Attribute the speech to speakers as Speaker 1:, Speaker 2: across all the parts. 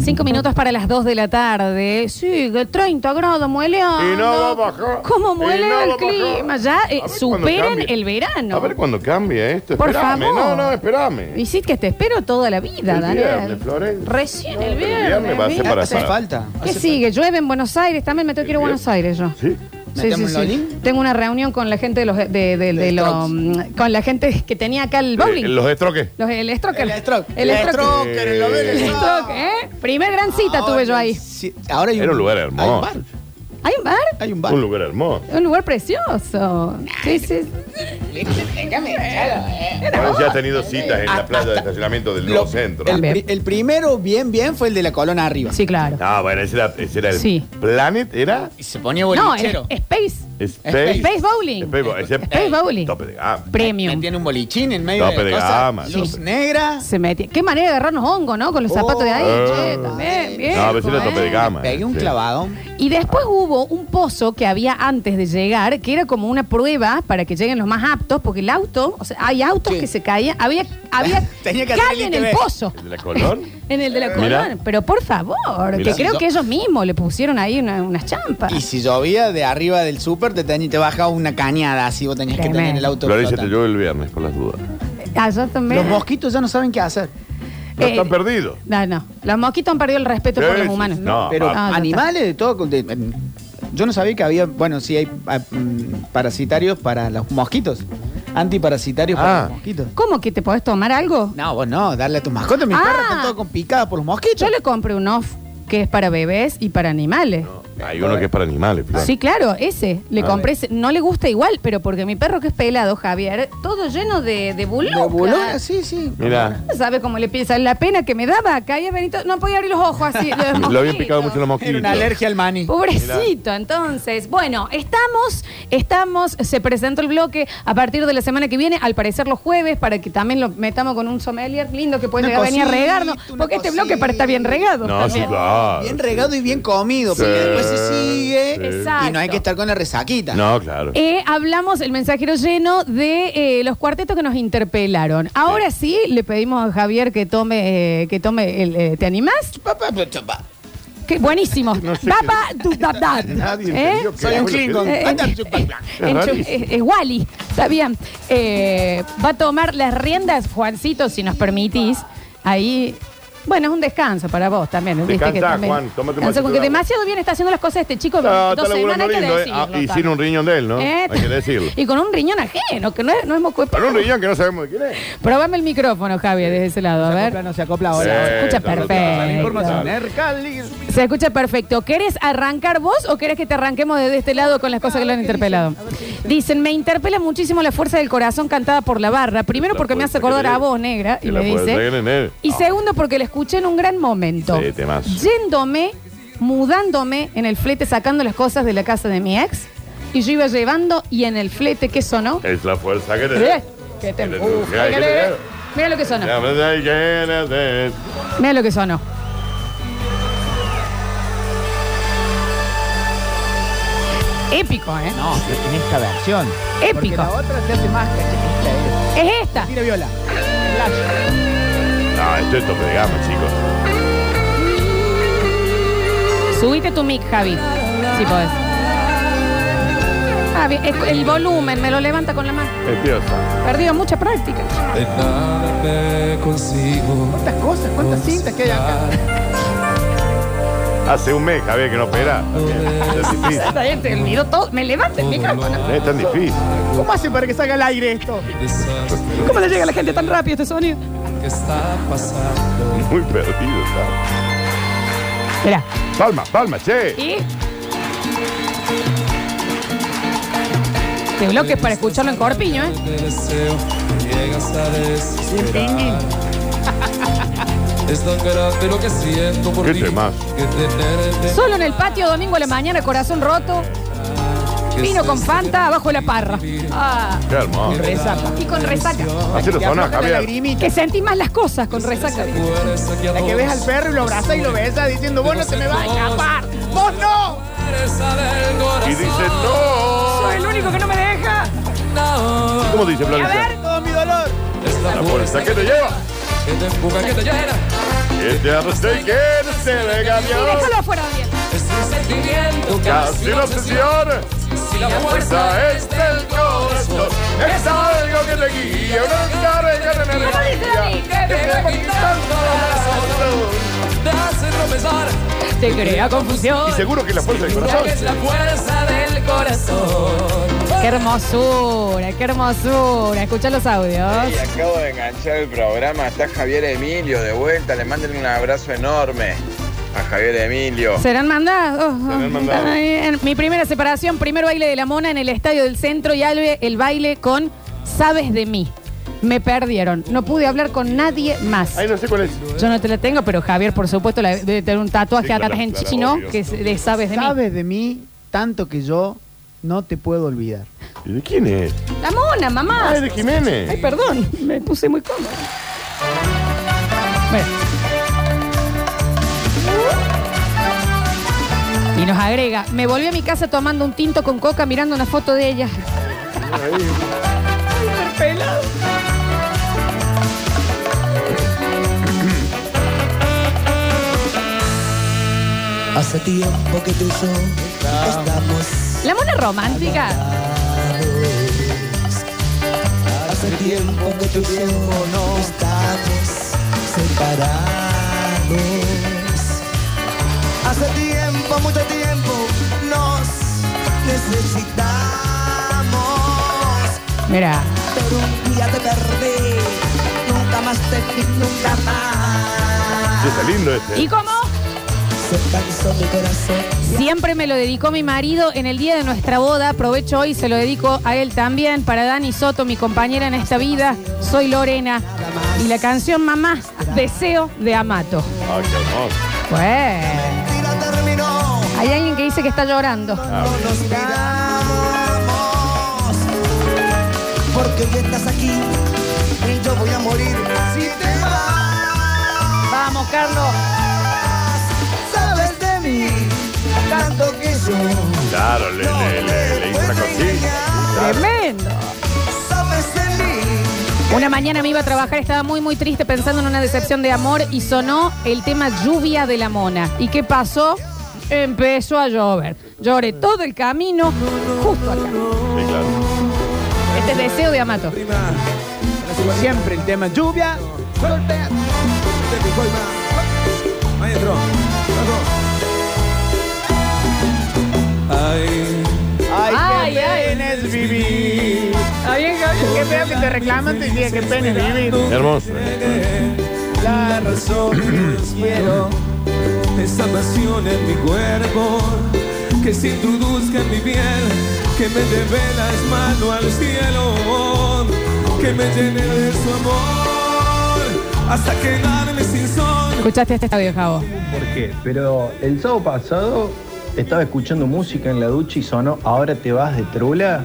Speaker 1: Cinco minutos para las dos de la tarde. Sí, de 30 grados, muele.
Speaker 2: Y no va a bajar.
Speaker 1: ¿Cómo
Speaker 2: Y
Speaker 1: muele
Speaker 2: no va
Speaker 1: el
Speaker 2: a bajar.
Speaker 1: clima? Ya eh,
Speaker 2: A ver cuándo
Speaker 1: superan
Speaker 2: cambie.
Speaker 1: el verano.
Speaker 2: A ver cuando cambie esto.
Speaker 1: Ah, Por
Speaker 2: Esperame.
Speaker 1: favor.
Speaker 2: No, no, espérame.
Speaker 1: Y sí que te espero toda la vida,
Speaker 2: El
Speaker 1: Daniel.
Speaker 2: viernes, Florencia.
Speaker 1: Recién el
Speaker 2: pero el
Speaker 1: viernes.
Speaker 2: viernes va a ser
Speaker 1: ¿viste?
Speaker 2: para
Speaker 3: Hace
Speaker 2: parar.
Speaker 3: falta.
Speaker 1: ¿Qué
Speaker 3: hace
Speaker 1: sigue? ¿Llueve en Buenos Aires? También me tengo que ir a
Speaker 2: El
Speaker 1: Buenos Aires yo.
Speaker 2: Sí.
Speaker 1: Sí, sí,
Speaker 3: ¿Metemos el
Speaker 1: sí.
Speaker 3: Lolín?
Speaker 1: Tengo una reunión con la gente de los de, de- de
Speaker 3: De
Speaker 1: lo-
Speaker 3: Strokes.
Speaker 1: mm, con la gente que tenía acá el bowling.
Speaker 2: Eh, los estroques.
Speaker 1: Los- el Stroker.
Speaker 3: El Stroker.
Speaker 1: El
Speaker 3: El
Speaker 1: Stroker.
Speaker 3: Stroker,
Speaker 2: el Lolín.
Speaker 1: El Stroker, ¿eh? Primer gran cita
Speaker 3: Ahora
Speaker 1: tuve yo ahí.
Speaker 3: sí, ahora hay
Speaker 2: Era un lugar hermoso.
Speaker 3: Hay un bar.
Speaker 1: ¿Hay un bar?
Speaker 3: Hay un bar.
Speaker 2: Un lugar hermoso.
Speaker 1: Un lugar precioso. Sí, sí.
Speaker 2: Florencia ha tenido citas en la playa de estacionamiento del nuevo
Speaker 3: Lo-
Speaker 2: centro.
Speaker 3: El,
Speaker 1: También.
Speaker 3: pri- el primero, bien, bien, fue el de la colona arriba.
Speaker 1: Sí, claro.
Speaker 2: Ah, bueno, ese era, ese era el
Speaker 1: Sí.
Speaker 2: Planet, ¿era?
Speaker 3: Y se ponía
Speaker 1: No, es-
Speaker 3: bolichero.
Speaker 1: Space.
Speaker 2: Space.
Speaker 1: Space Bowling.
Speaker 2: Space, bo- ese- eh,
Speaker 1: Space Bowling.
Speaker 2: Tope de gama.
Speaker 1: Premium.
Speaker 3: Tiene un bolichín en medio
Speaker 2: No,
Speaker 3: de la
Speaker 2: pero
Speaker 3: cosa.
Speaker 2: gama,
Speaker 3: Luz
Speaker 2: sí.
Speaker 3: negra.
Speaker 1: Se metía. Qué manera de agarrarnos hongo, ¿no? Con los zapatos de ahí.
Speaker 3: Oh.
Speaker 2: Eh.
Speaker 1: Che, también, bien.
Speaker 2: No, pero sí era
Speaker 1: ¿eh?
Speaker 2: tope de gama.
Speaker 3: Pegué un
Speaker 2: Sí.
Speaker 3: clavado.
Speaker 1: Y después hubo un pozo que había antes de llegar, que era como una prueba para que lleguen los más aptos, porque el auto, o sea, hay autos
Speaker 3: Sí.
Speaker 1: que se caían, había, había
Speaker 3: Tenía que hacer
Speaker 1: calle en
Speaker 3: el
Speaker 1: el
Speaker 3: ITV.
Speaker 1: pozo.
Speaker 2: ¿El de la Colón?
Speaker 1: En el de la Colón.
Speaker 2: Mirá.
Speaker 1: Pero por favor,
Speaker 2: Mirá.
Speaker 1: que creo
Speaker 3: Sí,
Speaker 1: que
Speaker 3: yo-
Speaker 1: ellos mismos le pusieron ahí una- unas champas.
Speaker 3: Y si llovía de arriba del súper, te, tenías- te bajaba una cañada así, vos tenías que
Speaker 1: Tremendo.
Speaker 3: tener el auto.
Speaker 2: Florencia te
Speaker 3: flotando.
Speaker 2: llueve el viernes, por las dudas.
Speaker 1: Allá Ah, también.
Speaker 3: Los mosquitos ya no saben qué hacer.
Speaker 2: No
Speaker 1: Eh,
Speaker 2: están perdidos.
Speaker 1: No, no. Los mosquitos han perdido el respeto por
Speaker 2: Sí,
Speaker 1: los
Speaker 2: sí,
Speaker 1: humanos.
Speaker 2: no. Ah,
Speaker 3: Pero
Speaker 1: ah, ya
Speaker 3: animales de todo. de- em, yo no sabía que había. Bueno, sí, hay ah, mm, parasitarios para los mosquitos. Antiparasitarios para
Speaker 2: Ah.
Speaker 3: los mosquitos.
Speaker 1: ¿Cómo que te podés tomar algo?
Speaker 3: No, vos no, darle a tus mascotas. Mis
Speaker 1: Ah.
Speaker 3: perros están todos con picadas por los mosquitos.
Speaker 1: Yo le compré un off que es para bebés y para animales.
Speaker 2: Hay uno que es para animales, Flor.
Speaker 1: eh, Sí, claro, ese. Le
Speaker 2: Ah.
Speaker 1: compré ese. No le gusta igual, pero porque mi perro que es pelado, Javier, todo lleno de, de
Speaker 3: De
Speaker 1: buloca.
Speaker 3: boludo, sí, sí.
Speaker 2: Mira,
Speaker 1: No sabe cómo le piensa la pena que me daba? Caía Benito. No podía abrir los ojos así. los
Speaker 2: lo habían
Speaker 1: mosquitos.
Speaker 2: picado mucho los
Speaker 3: Era
Speaker 2: mosquitos.
Speaker 3: una alergia al maní.
Speaker 1: Pobrecito, entonces. Bueno, estamos, estamos, se presentó el bloque a partir de la semana que viene, al parecer los jueves, para que también lo metamos con un sommelier lindo que puede
Speaker 3: Una
Speaker 1: llegar a venir a
Speaker 3: cosita,
Speaker 1: regarnos.
Speaker 3: una
Speaker 1: Porque este
Speaker 3: cosita.
Speaker 1: bloque para estar bien regado.
Speaker 2: No, sí,
Speaker 1: también.
Speaker 2: claro.
Speaker 3: Bien regado y bien comido,
Speaker 2: Sí.
Speaker 3: porque después se sigue.
Speaker 2: Sí.
Speaker 1: Exacto.
Speaker 3: Y no hay que estar con la resaquita.
Speaker 2: No, claro.
Speaker 1: Eh, hablamos el mensajero lleno de eh, los cuartetos que nos interpelaron. Ahora sí, le pedimos a Javier que tome, eh, que tome el eh, ¿te animás?
Speaker 3: Pa, pa, pa, cha, pa.
Speaker 1: Que buenísimo.
Speaker 2: No sé
Speaker 1: Papa tu da, da.
Speaker 2: Nadie
Speaker 1: ¿Eh?
Speaker 2: entendió qué
Speaker 3: Soy un
Speaker 2: fue lo que
Speaker 3: Klingon.
Speaker 2: dijo.
Speaker 1: Eh,
Speaker 3: Anda,
Speaker 1: eh,
Speaker 3: chupa.
Speaker 1: En chu-
Speaker 2: rarísimo.
Speaker 1: Es, es Wally, está bien. Eh, va a tomar las riendas, Juancito, si nos permitís. Ahí, bueno, es un descanso para vos también. ¿viste?
Speaker 2: Descansá,
Speaker 1: que también-
Speaker 2: Juan, tómate un
Speaker 1: Descansa,
Speaker 2: vasito
Speaker 1: porque
Speaker 2: de agua.
Speaker 1: demasiado bien está haciendo las cosas este chico.
Speaker 2: Ah, está
Speaker 1: dos
Speaker 2: laburando
Speaker 1: semanas hay que
Speaker 2: lindo, eh.
Speaker 1: decirlo,
Speaker 2: Ah, y sin
Speaker 1: Tano.
Speaker 2: un riñón de él, ¿no?
Speaker 1: Eh,
Speaker 2: Hay que decirlo.
Speaker 1: Y con un riñón ajeno, que no es, no es moscuepa.
Speaker 2: Para un riñón que no sabemos de quién es.
Speaker 1: Probame el micrófono, Javier, desde ese lado, a ver.
Speaker 3: no se acopla
Speaker 2: Sí,
Speaker 1: Se escucha
Speaker 2: está
Speaker 1: Eh,
Speaker 2: brutal.
Speaker 1: perfecto. Se escucha perfecto. ¿Querés arrancar vos o querés que te arranquemos desde este lado con las cosas que lo han interpelado? Dicen, me interpela muchísimo la fuerza del corazón cantada por la barra. Primero
Speaker 2: La
Speaker 1: porque me hace
Speaker 2: fuerza que
Speaker 1: acordar
Speaker 2: tiene.
Speaker 1: a vos, negra, y me
Speaker 2: Que la fuerza que tiene,
Speaker 1: dice.
Speaker 2: negra.
Speaker 1: Y
Speaker 2: Ah.
Speaker 1: segundo porque la escuché en un gran momento.
Speaker 2: Sí, temazo.
Speaker 1: Yéndome, mudándome en el flete, sacando las cosas de la casa de mi ex. Y yo iba llevando y en el flete, ¿qué sonó?
Speaker 2: Es la fuerza que
Speaker 1: Mirá, que
Speaker 2: tenés.
Speaker 1: te
Speaker 2: Que te
Speaker 1: empuja,
Speaker 2: empuja,
Speaker 1: que
Speaker 2: que
Speaker 1: le-
Speaker 2: te lleva.
Speaker 1: Mira lo que sonó.
Speaker 2: La fuerza que tenés.
Speaker 1: Mira lo que sonó. Épico, ¿eh?
Speaker 3: No, en esta versión.
Speaker 1: Épico.
Speaker 3: Porque la otra te hace más cachetista. eh.
Speaker 1: Es esta.
Speaker 3: Tira viola.
Speaker 2: No, esto es tope de gama, chicos.
Speaker 1: Subite tu mic, Javi. Si podés. Javi, es- el volumen me lo levanta con la mano.
Speaker 2: Es diosa.
Speaker 1: Perdido mucha práctica.
Speaker 4: De nada me consigo.
Speaker 3: ¿Cuántas cosas? ¿Cuántas cintas que hay acá?
Speaker 2: Hace un mes, Javier, que no opera. Es tan difícil.
Speaker 1: Está bien, te olvidó todo. Me levanta el micrófono.
Speaker 2: Es tan difícil.
Speaker 3: ¿Cómo hace para que salga al aire esto?
Speaker 4: Desastre
Speaker 1: ¿Cómo le llega a la gente tan rápido este sonido?
Speaker 4: que está pasando.
Speaker 2: Muy perdido. está.
Speaker 1: Mirá.
Speaker 2: Palma, palma, che.
Speaker 1: Y. Este bloque es para escucharlo en corpiño, ¿eh?
Speaker 4: Te deseo, llegas a desesperar. Es tan grande lo que siento por
Speaker 2: Qué
Speaker 4: ti.
Speaker 2: temazo.
Speaker 4: Que tenerte,
Speaker 1: Solo en el patio, domingo a la mañana, corazón roto.
Speaker 4: que
Speaker 1: Vino con
Speaker 4: sé
Speaker 1: Fanta abajo de la parra. Ah,
Speaker 2: Qué hermoso.
Speaker 3: Resaca.
Speaker 1: y con resaca.
Speaker 2: Hacelo
Speaker 3: Que
Speaker 2: sonar,
Speaker 3: afloja la
Speaker 2: Javier.
Speaker 1: Que
Speaker 3: lagrimita.
Speaker 1: sentís más las cosas con resaca.
Speaker 4: que eres aquí a
Speaker 3: La que
Speaker 4: dos.
Speaker 3: ves al perro y lo abrazas y lo besas diciendo, vos no te me vas a escapar. ¡Vos no!
Speaker 4: Fuerza del
Speaker 2: Y
Speaker 4: corazón.
Speaker 2: dice no.
Speaker 1: Soy el único que no me deja.
Speaker 4: No.
Speaker 2: ¿Cómo dice
Speaker 1: A ver.
Speaker 2: Florencia?
Speaker 3: Todo mi dolor.
Speaker 4: Es la
Speaker 2: La fuerza que te lleva.
Speaker 4: que te empuja, que te llena.
Speaker 2: If you ever say que no se le
Speaker 1: Y déjalo afuera, Daniel.
Speaker 4: Es un sentimiento
Speaker 2: Casi una obsesión,
Speaker 4: Si la
Speaker 2: esa
Speaker 4: fuerza
Speaker 2: es del corazón. Es algo que te guía, una carga de energía que te va quitando la
Speaker 4: te hace tropezar
Speaker 1: Te crea confusión.
Speaker 2: razón. Y seguro que la fuerza del corazón.
Speaker 4: Es la fuerza del corazón
Speaker 1: Qué hermosura, qué hermosura. Escucha los audios.
Speaker 5: Y acabo de enganchar el programa, está Javier Emilio de vuelta, le manden un abrazo enorme a Javier Emilio.
Speaker 1: Serán mandados.
Speaker 2: Serán mandados.
Speaker 1: Ay, en mi primera separación, primer baile de la mona en el Estadio del Centro y Albe, el baile con Sabes de mí. Me perdieron. No pude hablar con nadie más.
Speaker 2: Ahí no sé cuál es.
Speaker 1: Yo no te la tengo, pero Javier, por supuesto, la- debe tener un tatuaje
Speaker 2: Sí, claro,
Speaker 1: atrás en
Speaker 2: claro,
Speaker 1: chino
Speaker 2: obvio.
Speaker 1: que es de Sabes de mí.
Speaker 3: Sabes de mí tanto que yo no te puedo olvidar.
Speaker 2: ¿Y de quién es?
Speaker 1: La mona, mamá.
Speaker 2: Ah, es de Jiménez.
Speaker 1: Ay, perdón, me puse muy cómoda. Bueno. Y nos agrega, me volví a mi casa tomando un tinto con coca mirando una foto de ella.
Speaker 6: Hace tiempo que tú y yo estamos
Speaker 1: La mona es romántica.
Speaker 6: separados. Hace tiempo que tú y yo no estamos separados. Hace tiempo, mucho tiempo nos necesitamos.
Speaker 1: Mira,
Speaker 6: Pero un día te perdí, nunca más te vi, nunca
Speaker 2: Sí, está
Speaker 6: más.
Speaker 2: lindo este.
Speaker 1: ¿y cómo?
Speaker 6: Se cansó mi corazón.
Speaker 1: Siempre me lo dedicó mi marido en el día de nuestra boda. Aprovecho hoy y se lo dedico a él también. Para Dani Soto, mi compañera en esta vida, soy Lorena. Y la canción Mamá, Deseo de Amato.
Speaker 2: Ah, qué hermoso.
Speaker 1: Bueno.
Speaker 6: Mira, terminó.
Speaker 1: Hay alguien que dice que está llorando.
Speaker 2: Ah,
Speaker 6: No nos miramos Porque hoy estás aquí Y yo voy a morir Si te vas
Speaker 1: Vamos, Carlos.
Speaker 6: Sabes de mí Tanto que yo
Speaker 2: claro, le, le, le, le hizo una cosita.
Speaker 1: Tremendo.
Speaker 6: Sabes de mí
Speaker 1: Una mañana me iba a trabajar, estaba muy, muy triste pensando en una decepción de amor y sonó el tema Lluvia de la Mona. ¿Y qué pasó? Empezó a llover. Lloré todo el camino, justo acá.
Speaker 2: Sí, claro.
Speaker 1: Este es deseo de Amato.
Speaker 3: Siempre el tema lluvia. golpea.
Speaker 4: Maestro Ay
Speaker 3: Ay,
Speaker 1: Ay,
Speaker 3: qué
Speaker 1: ay.
Speaker 3: pena es vivir. Qué feo que te reclaman, te dicen que pena es vivir.
Speaker 2: Hermoso.
Speaker 4: La razón que los quiero Esa pasión en mi cuerpo Que se introduzca en mi piel Que me lleve las manos al cielo Que me llene de su amor Hasta quedarme sin sol
Speaker 1: ¿Escuchaste este audio, Javo?
Speaker 7: por qué, pero el sábado pasado estaba escuchando música en la ducha y sonó Ahora te vas de trula.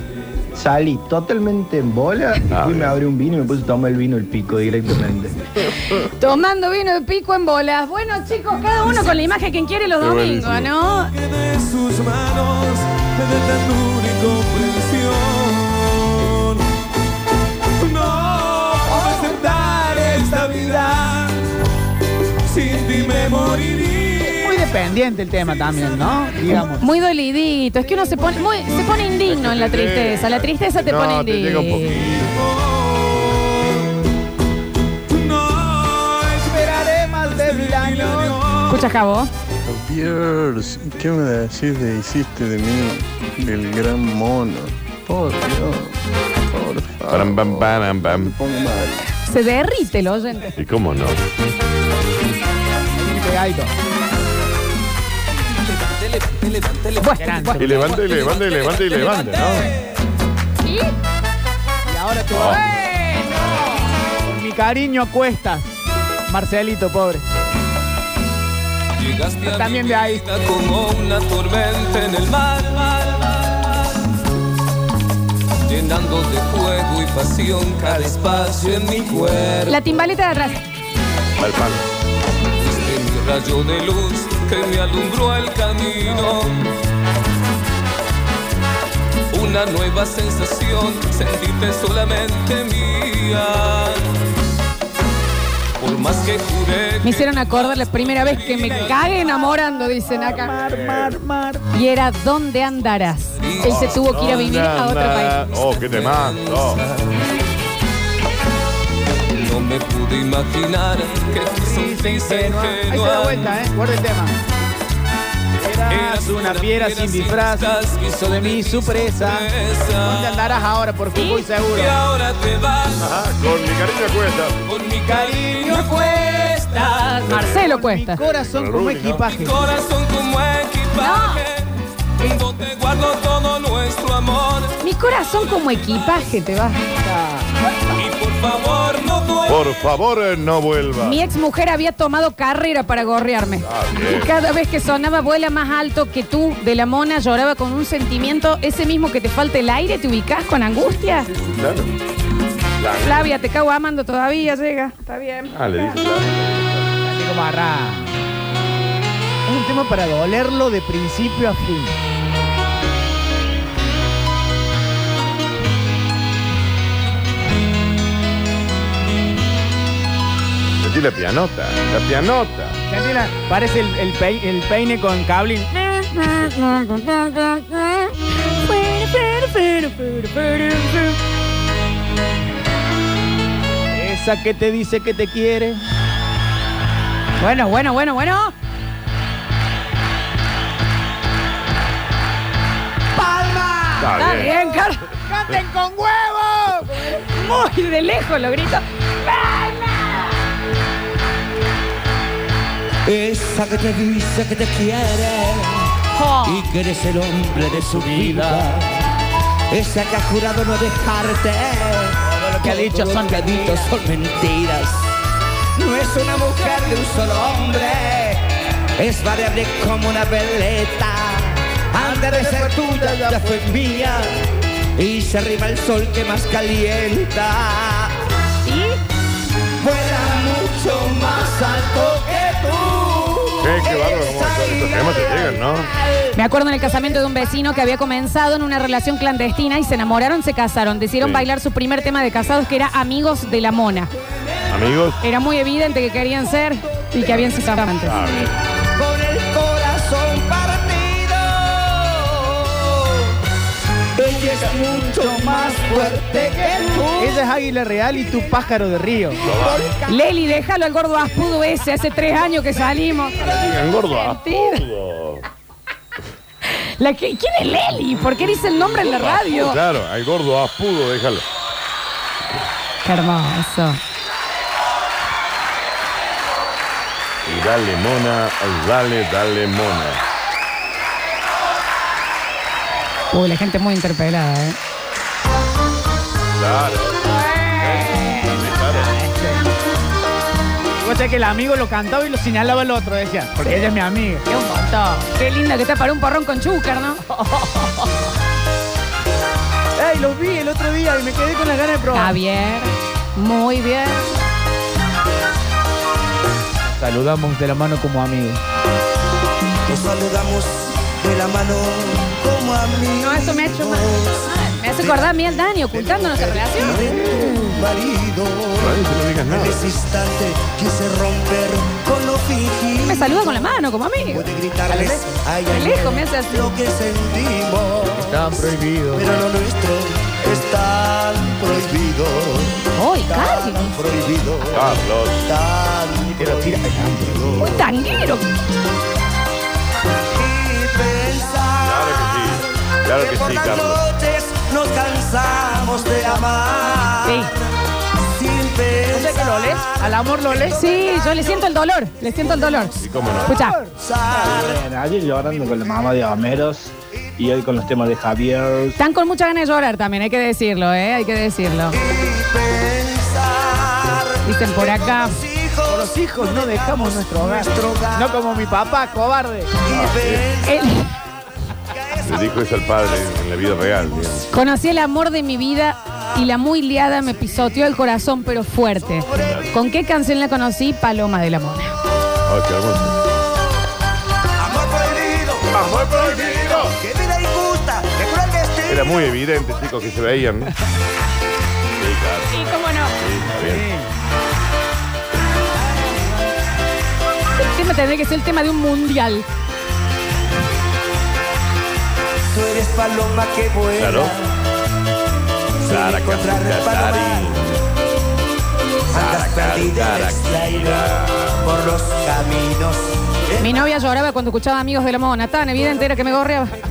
Speaker 7: Salí totalmente en bola y me abrí un vino y me puse a tomar el vino el pico directamente.
Speaker 1: Tomando vino de pico en bolas. Bueno, chicos, cada uno con la imagen que quiere los
Speaker 2: Qué
Speaker 1: domingos,
Speaker 2: buenísimo.
Speaker 1: ¿no?
Speaker 4: Que de sus manos Me dé ternura y comprensión No aceptar esta vida Sin ti me moriría
Speaker 3: Muy dependiente el tema también, ¿no? Digamos.
Speaker 1: Muy dolidito, es que uno se pone, muy- se pone indigno en la tristeza. La tristeza te
Speaker 2: No,
Speaker 1: pone
Speaker 2: te llega
Speaker 1: indigno.
Speaker 2: un poquito.
Speaker 4: No esperaré más de mil años.
Speaker 1: Escucha, Javo.
Speaker 8: Piers, ¿qué me decís de hiciste de mí del gran mono? Por Dios, por favor.
Speaker 2: Param, pam, param,
Speaker 8: Me
Speaker 2: pam.
Speaker 8: pongo mal.
Speaker 1: Se derrite el oyente.
Speaker 2: ¿Y cómo no?
Speaker 3: Pegadito.
Speaker 1: Bueno, bueno.
Speaker 2: Y levanta y levanta y levanta y levanta, ¿no?
Speaker 1: ¿Sí?
Speaker 3: Y ahora te vas. Con Mi cariño a cuestas. Marcelito, pobre.
Speaker 4: Llegaste a
Speaker 3: También
Speaker 4: mi
Speaker 3: de ahí.
Speaker 4: vida Como una tormenta en el mar, mar, mar. Llenando de fuego y pasión cada espacio en mi cuerpo.
Speaker 1: La timbaleta de atrás.
Speaker 2: Al pan.
Speaker 4: Fuiste Este mi rayo de luz que me alumbró el camino. Una nueva sensación, sentirte solamente mía. Por Por más que juré
Speaker 1: Me hicieron acordar la primera vez que me cagué enamorando, dicen acá. Y era ¿Dónde andarás? Él se tuvo que ir a vivir a otro país.
Speaker 2: Oh, qué tema.
Speaker 4: no me pude imaginar que tu sonrisa
Speaker 3: Ahí se da vuelta, ¿eh? Guarda el tema. Eras una piedra sin disfraz, hizo de mí su presa. ¿Dónde andarás ahora? Por fin, muy seguro.
Speaker 4: Y ahora te vas
Speaker 2: Ajá, Ah, con mi cariño cuesta.
Speaker 4: con mi cariño cuestas.
Speaker 1: Marcelo
Speaker 3: Mi
Speaker 1: Cuesta.
Speaker 3: corazón como
Speaker 2: Rubio, ¿no?
Speaker 3: equipaje.
Speaker 4: Corazón como equipaje, donde guardo todo nuestro amor.
Speaker 1: Mi corazón como equipaje te va.
Speaker 4: Y por favor no vuelvas.
Speaker 2: Por favor, eh, no vuelva.
Speaker 1: Mi ex mujer había tomado carrera para gorrearme.
Speaker 2: Ah,
Speaker 1: Y
Speaker 2: bien.
Speaker 1: cada vez que sonaba vuela más alto que tú de la mona, lloraba con un sentimiento, ese mismo que te falta el aire, te ubicás con angustia.
Speaker 2: Claro.
Speaker 1: Flavia, te cago amando todavía, llega. Está bien.
Speaker 2: Ah, le dice claro.
Speaker 3: Así como arranca. Es un tema para dolerlo de principio a fin.
Speaker 2: Sentí la pianota, la pianota.
Speaker 3: ¿Sentí la- Parece el, el pei- el peine con cablín. Esa que te dice que te quiere.
Speaker 1: Bueno, bueno, bueno, bueno. Está
Speaker 2: Está Ah, bien.
Speaker 1: bien, Carlos. ¡Canten con huevo! Muy de lejos lo grito.
Speaker 6: Esa que te dice que te quiere y que eres el hombre de su vida. Esa que ha jurado no dejarte. Todo lo
Speaker 3: que ha dicho son
Speaker 6: que ha dicho son mentiras. No es una mujer de un solo hombre. Es variable como una veleta. Antes de ser tuya ya fue mía. Y se arriba el sol que más calienta.
Speaker 1: ¿Sí?
Speaker 6: Vuela mucho más alto que tú.
Speaker 2: Che, qué bárbaro cómo son estos temas que llegan, ¿no?
Speaker 1: Me acuerdo en el casamiento de un vecino que había comenzado en una relación clandestina y se enamoraron, se casaron. Decidieron
Speaker 2: Sí.
Speaker 1: bailar su primer tema de casados que era Amigos de la Mona.
Speaker 2: Amigos.
Speaker 1: Era muy evidente que querían ser y que habían sido amantes.
Speaker 2: Ah, bien.
Speaker 6: Con el corazón partido. Ella es mucho más fuerte que tú.
Speaker 3: Ella es águila real y tu pájaro de río.
Speaker 1: Leli, déjalo al gordo aspudo ese, hace tres años que salimos.
Speaker 2: Digan gordo. ah,
Speaker 1: Mentira.
Speaker 2: gordo.
Speaker 1: La que- ¿Quién es Leli? ¿Por qué dice el nombre en la radio?
Speaker 2: Claro, al gordo aspudo, déjalo.
Speaker 1: Qué hermoso.
Speaker 2: Y dale mona, dale, dale mona.
Speaker 1: Uy, la gente muy interpelada, ¿eh?
Speaker 2: Claro.
Speaker 3: O sea que el amigo lo cantaba y lo señalaba el otro, decía. Porque ella es mi amiga.
Speaker 1: Qué un montón. Qué linda que está para un porrón con chúcar, ¿no?
Speaker 3: ¡Ey, lo vi el otro día y me quedé con las ganas de probar!
Speaker 1: Javier. Muy bien.
Speaker 3: Saludamos de la mano como amigos.
Speaker 6: Nos saludamos de la mano como amigos.
Speaker 1: No, esto me ha hecho mal. Mal. Me hace acordar a mí al Dani ocultando nuestra relación.
Speaker 6: De tu Mm. marido.
Speaker 2: Florencia, no digas nada.
Speaker 6: En ese instante quise romper con lo fingido.
Speaker 1: Me saluda con la mano, como amigo.
Speaker 6: Puede gritarles ay, ay,
Speaker 1: De lejos
Speaker 6: ay,
Speaker 1: me hace así.
Speaker 6: Lo que sentimos.
Speaker 7: Está prohibido.
Speaker 6: Pero lo nuestro es tan prohibido.
Speaker 1: ¡Uy,
Speaker 6: Tan
Speaker 1: Carlos!
Speaker 6: prohibido.
Speaker 2: Carlos.
Speaker 6: Tan prohibido.
Speaker 1: ¡Un tanguero!
Speaker 6: Y
Speaker 2: Claro que
Speaker 6: pensar
Speaker 2: sí. Claro que
Speaker 6: por
Speaker 2: sí,
Speaker 6: las
Speaker 2: Carlos.
Speaker 6: noches nos cansamos de amar.
Speaker 1: Sí.
Speaker 6: Sin pensar.
Speaker 3: ¿Sabes que lo lees? ¿Al amor lo lees?
Speaker 1: Sí, yo le siento el dolor. Le siento el dolor.
Speaker 2: ¿Y cómo no?
Speaker 1: Escucha.
Speaker 7: Bien, Ayer llorando con la mamá de Homeros y hoy con los temas de Javier.
Speaker 1: Están con mucha ganas de llorar también, hay que decirlo, ¿eh? Hay que decirlo. Dicen por acá.
Speaker 3: Por los hijos no dejamos nuestro hogar. No como mi papá, cobarde.
Speaker 1: El-
Speaker 2: Le dijo eso al padre en la vida real, digamos.
Speaker 1: Conocí el amor de mi vida y la muy liada me pisoteó el corazón, pero fuerte. ¿Con qué canción la conocí? Paloma de la Mona.
Speaker 2: Ah, qué hermoso.
Speaker 6: Amor prohibido.
Speaker 2: Amor prohibido.
Speaker 6: Que vida injusta. Que cruel destino.
Speaker 2: Era muy evidente, chicos, que se veían. ¿no? Sí, claro.
Speaker 1: Y cómo no.
Speaker 2: Sí, está bien.
Speaker 1: tendría que ser el tema de un mundial.
Speaker 6: Tú eres paloma que vuela.
Speaker 9: Claro. Sara,
Speaker 6: Encontrar
Speaker 9: Casuca,
Speaker 6: palomar.
Speaker 9: Sari.
Speaker 6: Andas
Speaker 9: Sara,
Speaker 6: perdida,
Speaker 9: Sara,
Speaker 6: distraída por los caminos. de
Speaker 1: Mi novia lloraba cuando escuchaba Amigos de la Mona. Tan evidente era que me gorreaba.
Speaker 6: cuenta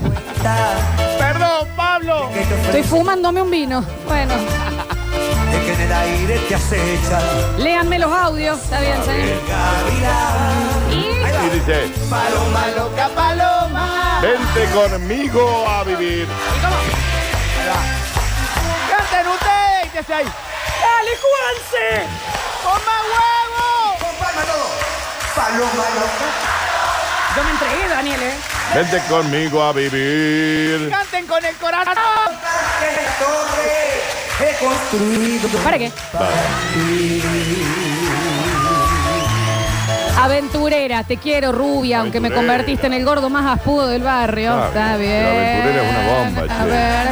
Speaker 3: Perdón, Pablo.
Speaker 6: que te
Speaker 1: Estoy
Speaker 6: ofrece,
Speaker 1: fumándome un vino. Bueno,
Speaker 6: de que en el aire te acecha.
Speaker 1: léanme los audios. Está bien, señor.
Speaker 6: Gavilán,
Speaker 1: Y-
Speaker 2: Y dice,
Speaker 6: paloma loca, paloma.
Speaker 2: vente conmigo a vivir.
Speaker 3: Canten ustedes. ¿Qué hace ahí?
Speaker 6: Palma todo. Paloma loca.
Speaker 1: Yo me entregué, Daniel, ¿eh?
Speaker 2: Vente conmigo a vivir.
Speaker 3: Canten con el corazón.
Speaker 6: Que la torre he construido.
Speaker 1: ¿Para qué? Aventurera, te quiero, rubia, aunque me
Speaker 2: Aventurera.
Speaker 1: convertiste en el gordo más aspudo del barrio.
Speaker 2: Está
Speaker 1: Está bien.
Speaker 2: bien, la aventurera es una bomba,
Speaker 1: A
Speaker 2: che.
Speaker 1: ver.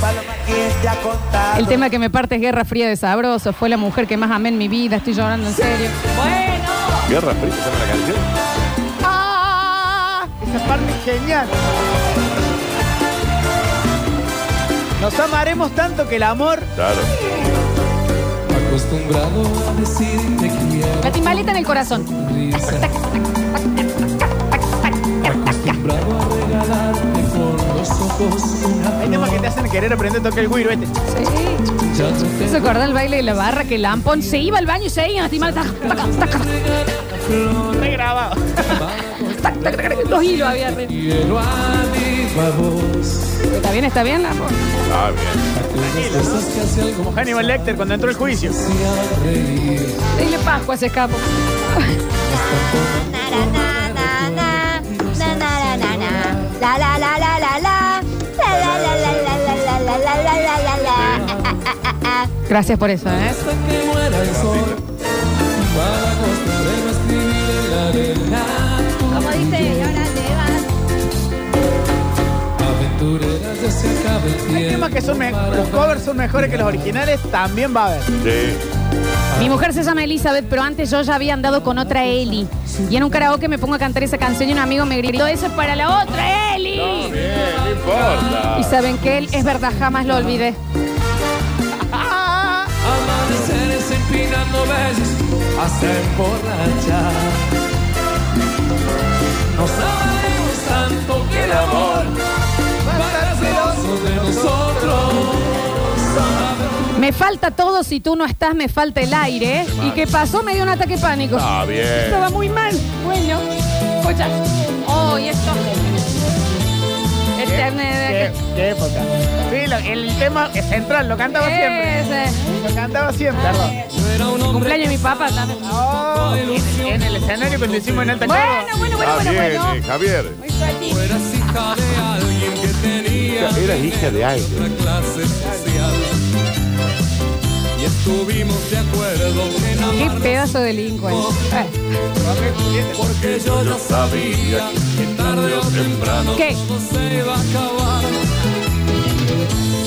Speaker 6: Paloma que te ha contado.
Speaker 1: El tema que me parte es Guerra Fría de Sabroso. Fue la mujer que más amé en mi vida. Estoy llorando en serio. Bueno.
Speaker 9: Guerra Fría, ¿se llama la canción?
Speaker 1: Ah.
Speaker 3: Esa parte es genial. Nos amaremos tanto que el amor.
Speaker 9: Claro.
Speaker 4: Acostumbrado a decirte quiero.
Speaker 1: La timbalita en el corazón.
Speaker 4: Risa. Acostumbrado a regalarte con los ojos una
Speaker 3: Hay temas que te hacen querer aprender a tocar el güiro este.
Speaker 1: Sí.
Speaker 4: Ya no
Speaker 1: ¿Se
Speaker 4: te
Speaker 1: acuerdan el baile de la barra que el Lampón se iba al baño y se iba a la timbalita? Tac, tac, tac,
Speaker 3: Regrabado.
Speaker 1: tac, tac, tac, Los hilos había arriba.
Speaker 4: quiero a mi favor.
Speaker 1: ¿Está bien? ¿Está bien, Lampón?
Speaker 9: Ah, bien.
Speaker 4: Aquellas cosas que hace algo
Speaker 3: Como Hannibal Lecter cuando entró el juicio.
Speaker 4: hacía reír.
Speaker 1: Dile Pascua, se escapó. Gracias por eso, ¿eh?
Speaker 4: Hasta que muera el sol. Para acostumbrarme a escribir en la arena.
Speaker 10: Como dice, y ahora te vas.
Speaker 4: Aventureras ya se acaba el tiempo.
Speaker 3: Hay temas que son me- los covers son mejores que los originales, también va a haber.
Speaker 9: Sí.
Speaker 1: Mi mujer se llama Elizabeth, pero antes yo ya había andado con otra Eli. Y en un karaoke me pongo a cantar esa canción y un amigo me gritó, eso es para la otra
Speaker 2: Ah,
Speaker 1: Eli.
Speaker 9: Bien, no importa.
Speaker 1: Y saben que él es verdad, jamás lo olvidé. Ah.
Speaker 4: Amaneceres empinando besos hasta emborrachar. Nos amaremos tanto que el amor va a estar celoso de nosotros.
Speaker 1: Me falta todo, si tú no estás, me falta el aire. ¿Y qué pasó? Me dio un ataque de pánico.
Speaker 9: Ah, bien.
Speaker 1: Estaba muy mal. Bueno, escucha. Oh, y esto. Este
Speaker 3: Qué, qué época. Sí, lo- el tema es central, lo cantaba siempre.
Speaker 1: Ese.
Speaker 3: Lo cantaba siempre, perdón.
Speaker 4: Yo era un hombre
Speaker 1: eh, Cumpleaños de mi papá también.
Speaker 3: Oh, en, en el escenario cuando hicimos en Alta Córdoba.
Speaker 1: Bueno, bueno, bueno,
Speaker 9: Ah,
Speaker 1: bueno,
Speaker 9: bien,
Speaker 1: bueno.
Speaker 9: eh, Javier.
Speaker 1: Muy sueltín.
Speaker 4: que eras hija de alguien que tenía
Speaker 9: Eras hija de alguien.
Speaker 4: otra clase social. Y estuvimos de acuerdo en
Speaker 1: Qué
Speaker 4: amarnos
Speaker 1: pedazo de delincuente. Eh,
Speaker 4: porque yo ya sabía que tarde o temprano
Speaker 1: ¿Qué?
Speaker 4: todo se iba a acabar.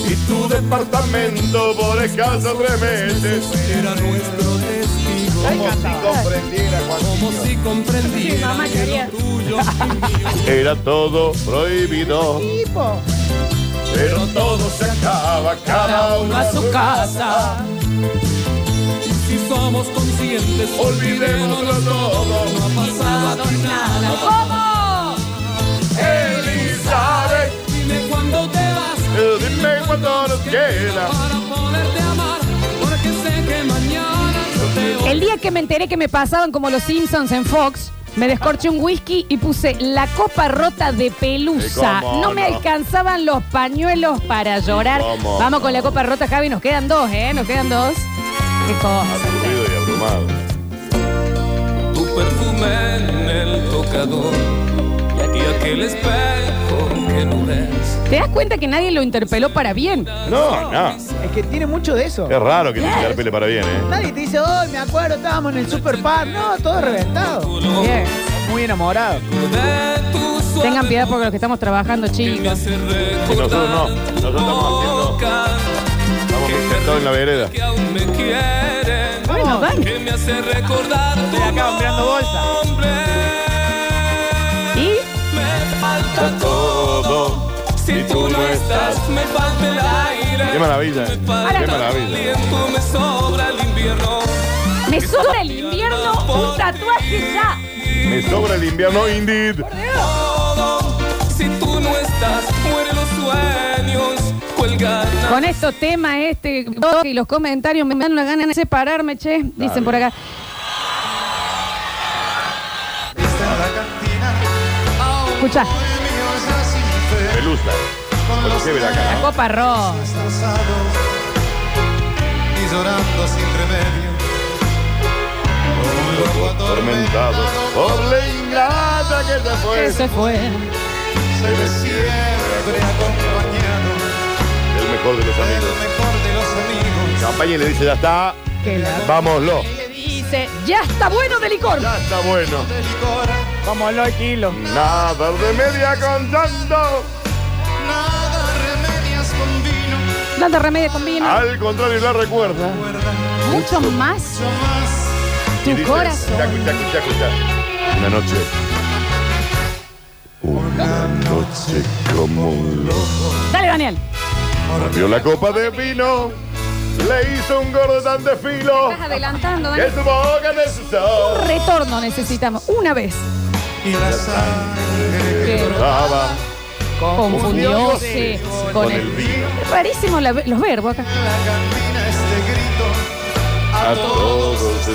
Speaker 2: Y tu departamento por escasa tres meses.
Speaker 4: Era nuestro testigo.
Speaker 2: Como si comprendiera
Speaker 4: Como
Speaker 2: cuando
Speaker 4: si comprendiera
Speaker 1: mamá
Speaker 4: que
Speaker 1: quería.
Speaker 4: lo tuyo y mío
Speaker 2: era todo prohibido. Pero todo se acaba, cada uno
Speaker 4: a su casa. Y si somos conscientes,
Speaker 2: Olvidémoslo todo.
Speaker 4: No ha pasado nada.
Speaker 1: ¿Cómo?
Speaker 2: Elizabeth,
Speaker 4: Dime cuándo te vas
Speaker 2: eh, dime cuándo nos queda.
Speaker 4: para poderte amar, porque sé que mañana yo te voy
Speaker 1: El día que me enteré que me pasaban como los Simpsons en Fox, me descorché un whisky y puse la copa rota de pelusa.
Speaker 2: Sí, cómo
Speaker 1: No me
Speaker 2: no.
Speaker 1: alcanzaban los pañuelos para llorar.
Speaker 9: cómo
Speaker 1: Vamos con
Speaker 9: no.
Speaker 1: la copa rota, Javi. Nos quedan dos, ¿eh? Nos quedan dos. Qué cosa.
Speaker 9: Aburrido y abrumado.
Speaker 4: Tu perfume en el tocador y aquel espejo que no ves.
Speaker 1: ¿Te das cuenta que nadie lo interpeló para bien?
Speaker 9: No, no.
Speaker 3: Es que tiene mucho de eso.
Speaker 9: Es raro que te interpele para bien, ¿eh?
Speaker 3: Nadie te dice, hoy me acuerdo, estábamos en el Super Park. No, todo reventado. Bien, muy enamorado.
Speaker 4: De tu suave
Speaker 1: Tengan piedad por los que estamos trabajando,
Speaker 4: piel me
Speaker 1: chicos.
Speaker 4: hace
Speaker 9: Y nosotros
Speaker 4: recordar
Speaker 9: no. Nosotros estamos haciendo.
Speaker 4: boca
Speaker 9: Estamos sentados en la vereda.
Speaker 4: que aún me quiere.
Speaker 3: Vamos
Speaker 1: No, Dani.
Speaker 4: que me hace recordar tu
Speaker 6: acá comprando bolsa.
Speaker 1: ¿Y?
Speaker 4: Me falta todo. Si tú no estás, me falta el aire.
Speaker 2: Qué maravilla.
Speaker 4: Me
Speaker 2: Ahora-
Speaker 4: falta
Speaker 2: Qué
Speaker 4: el
Speaker 2: maravilla.
Speaker 4: aliento, me sobra el invierno.
Speaker 1: Me sobra el invierno un tatuaje ya.
Speaker 2: Me sobra el invierno, indeed.
Speaker 4: Todo. Si tú no estás, mueren los sueños. Cuelgan.
Speaker 1: Con estos temas, este blog y los comentarios me dan una gana de separarme, che. Dicen por acá. Escucha,
Speaker 2: Pelusa. Cuando se ve de acá.
Speaker 1: la copa roja.
Speaker 11: y llorando sin remedio.
Speaker 2: Tormentado por la ingrata que se fue.
Speaker 1: Que se fue.
Speaker 2: Se me siempre acompañado. El mejor de los amigos. Campaña y le dice, ya está. Vámoslo.
Speaker 1: Le dice, ya está bueno de licor.
Speaker 2: Ya está bueno.
Speaker 6: Como lo kilo.
Speaker 2: Nada de media con tanto.
Speaker 1: Dando remedio con vino.
Speaker 2: Al contrario, la recuerda.
Speaker 1: Mucho más.
Speaker 2: Y
Speaker 1: Tu
Speaker 2: dice,
Speaker 1: corazón.
Speaker 2: "Chacu, chacu, chacu, chacu". Una noche. Una noche como un loco.
Speaker 1: Dale, Daniel.
Speaker 2: Abrió la copa de vino. Le hizo un gordo tan de filo.
Speaker 1: Estás adelantando,
Speaker 2: Que
Speaker 1: Daniel.
Speaker 2: su boca necesitó.
Speaker 1: Un retorno necesitamos. Una vez.
Speaker 2: Y la sangre
Speaker 1: que
Speaker 2: brotaba
Speaker 1: Confundióse con el.
Speaker 2: vino.
Speaker 1: Rarísimo la- los verbos acá.
Speaker 2: A todos dice.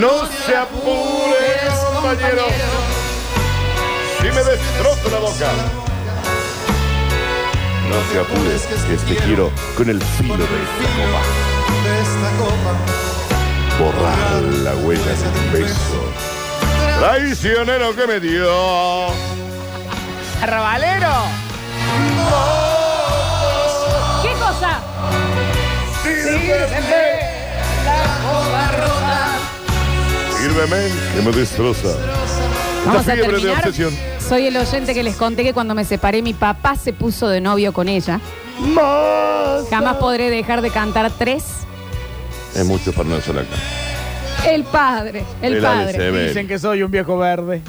Speaker 2: No se apure, compañero. Si me destrozo la boca. No se apure, que te quiero con el filo de esta
Speaker 11: De esta copa,
Speaker 2: copa. Borrar la huella de un beso. Traicionero que me dio.
Speaker 6: Arrabalero.
Speaker 1: ¿Qué cosa?
Speaker 2: Sírveme, que me destroza. Esta
Speaker 1: Vamos a
Speaker 2: fiebre de
Speaker 1: terminar.
Speaker 2: obsesión.
Speaker 1: Soy el oyente que les conté que cuando me separé mi papá se puso de novio con ella. Jamás podré dejar de cantar tres.
Speaker 2: Es mucho para una sola cara.
Speaker 1: El padre, el,
Speaker 2: El
Speaker 1: padre.
Speaker 2: ADCB. Ven.
Speaker 6: Dicen que soy un viejo verde.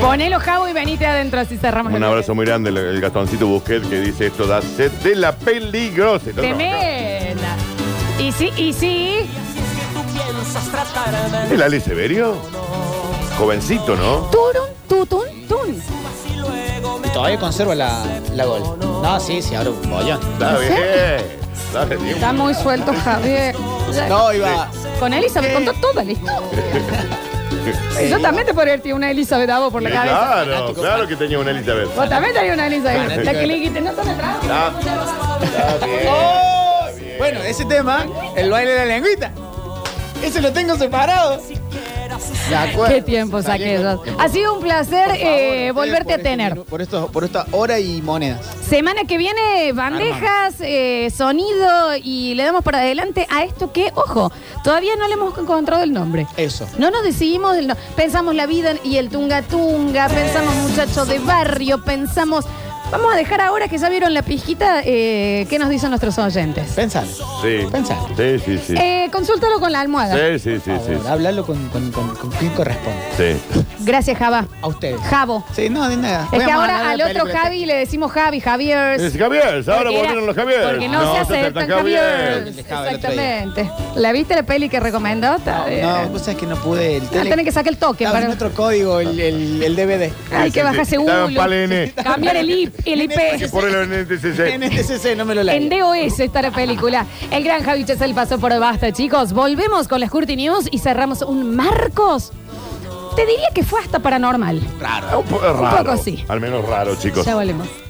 Speaker 1: Ponelo jabo y venite adentro así cerramos
Speaker 2: Un
Speaker 1: el
Speaker 2: abrazo muy grande, el, el Gastoncito Busquet que dice esto da sed de la peligrosa. No, no, no.
Speaker 1: Tremenda. Y sí, y sí.
Speaker 2: El Ale Severio. Jovencito, ¿no?
Speaker 1: Turun, tutun, tun.
Speaker 3: Y todavía conserva la, la gol. No, sí, sí, ahora un bollón.
Speaker 2: Está bien. Está bien.
Speaker 1: Está muy suelto, Javier. Ya-
Speaker 3: No, iba.
Speaker 1: Con Elizabeth contó toda la historia. Si yo también te podría haber tenido una Elizabeth Davo por la cabeza.
Speaker 2: Claro, claro que tenía una Elizabeth.
Speaker 1: Vos también tenías una Elizabeth. La que le dijiste, no tome
Speaker 2: Está,
Speaker 1: trago.
Speaker 2: está bien.
Speaker 3: eh, Bueno, ese tema, el baile de la lengüita. Ese lo tengo separado. De acuerdo.
Speaker 1: Qué tiempos aquellos. Ha sido un placer eh, volverte a tener.
Speaker 3: Por, esto, por esta hora y monedas.
Speaker 1: Semana que viene, bandejas, eh, sonido y le damos para adelante a esto que, ojo, todavía no le hemos encontrado el nombre.
Speaker 3: Eso.
Speaker 1: No nos decidimos, del no- pensamos la vida y el tunga tunga, pensamos muchachos de barrio, pensamos... Vamos a dejar ahora que ya vieron la pijita, eh, ¿qué nos dicen nuestros oyentes?
Speaker 3: Pensalo.
Speaker 2: Sí.
Speaker 3: Pensalo.
Speaker 2: Sí, sí, sí.
Speaker 1: Eh, consúltalo con la almohada.
Speaker 2: Sí, sí, sí, sí.
Speaker 3: Hablarlo con, con, con- con quien corresponde.
Speaker 2: Sí.
Speaker 1: Gracias, Java.
Speaker 3: A ustedes.
Speaker 1: Javo.
Speaker 3: Sí, no, de nada.
Speaker 1: Es que
Speaker 3: Voy a mandar
Speaker 1: ahora
Speaker 3: la
Speaker 1: al otro
Speaker 3: película.
Speaker 1: Javi le decimos Javi, Javier.
Speaker 2: Es Javier, ahora
Speaker 1: Pues, Porque era-
Speaker 2: volvieron los Javier.
Speaker 1: Porque no, se aceptan Javier.
Speaker 3: El de Javi el otro día.
Speaker 1: Exactamente. ¿La viste la peli que recomendó? Está bien.
Speaker 3: No, vos sabés que no pude. El
Speaker 1: eh, Ah,
Speaker 3: tele...
Speaker 1: tienen que sacar el toque.
Speaker 3: Estaba en
Speaker 1: Para...
Speaker 3: otro código, el, el, el DVD.
Speaker 1: Hay que bajarse
Speaker 2: Estaba en
Speaker 1: uno.
Speaker 2: Palen.
Speaker 1: Cambiar el IP. El IP.
Speaker 2: Que por el NTCC.
Speaker 3: NTCC, este no me lo leí.
Speaker 1: En DOS está la película. El gran Javi Chesel pasó por basta, chicos. Volvemos con la Scurty News y cerramos un Marcos. Te diría que fue hasta paranormal.
Speaker 2: Un poco
Speaker 1: Un poco sí.
Speaker 2: Al menos raro, chicos.
Speaker 1: Ya volvemos.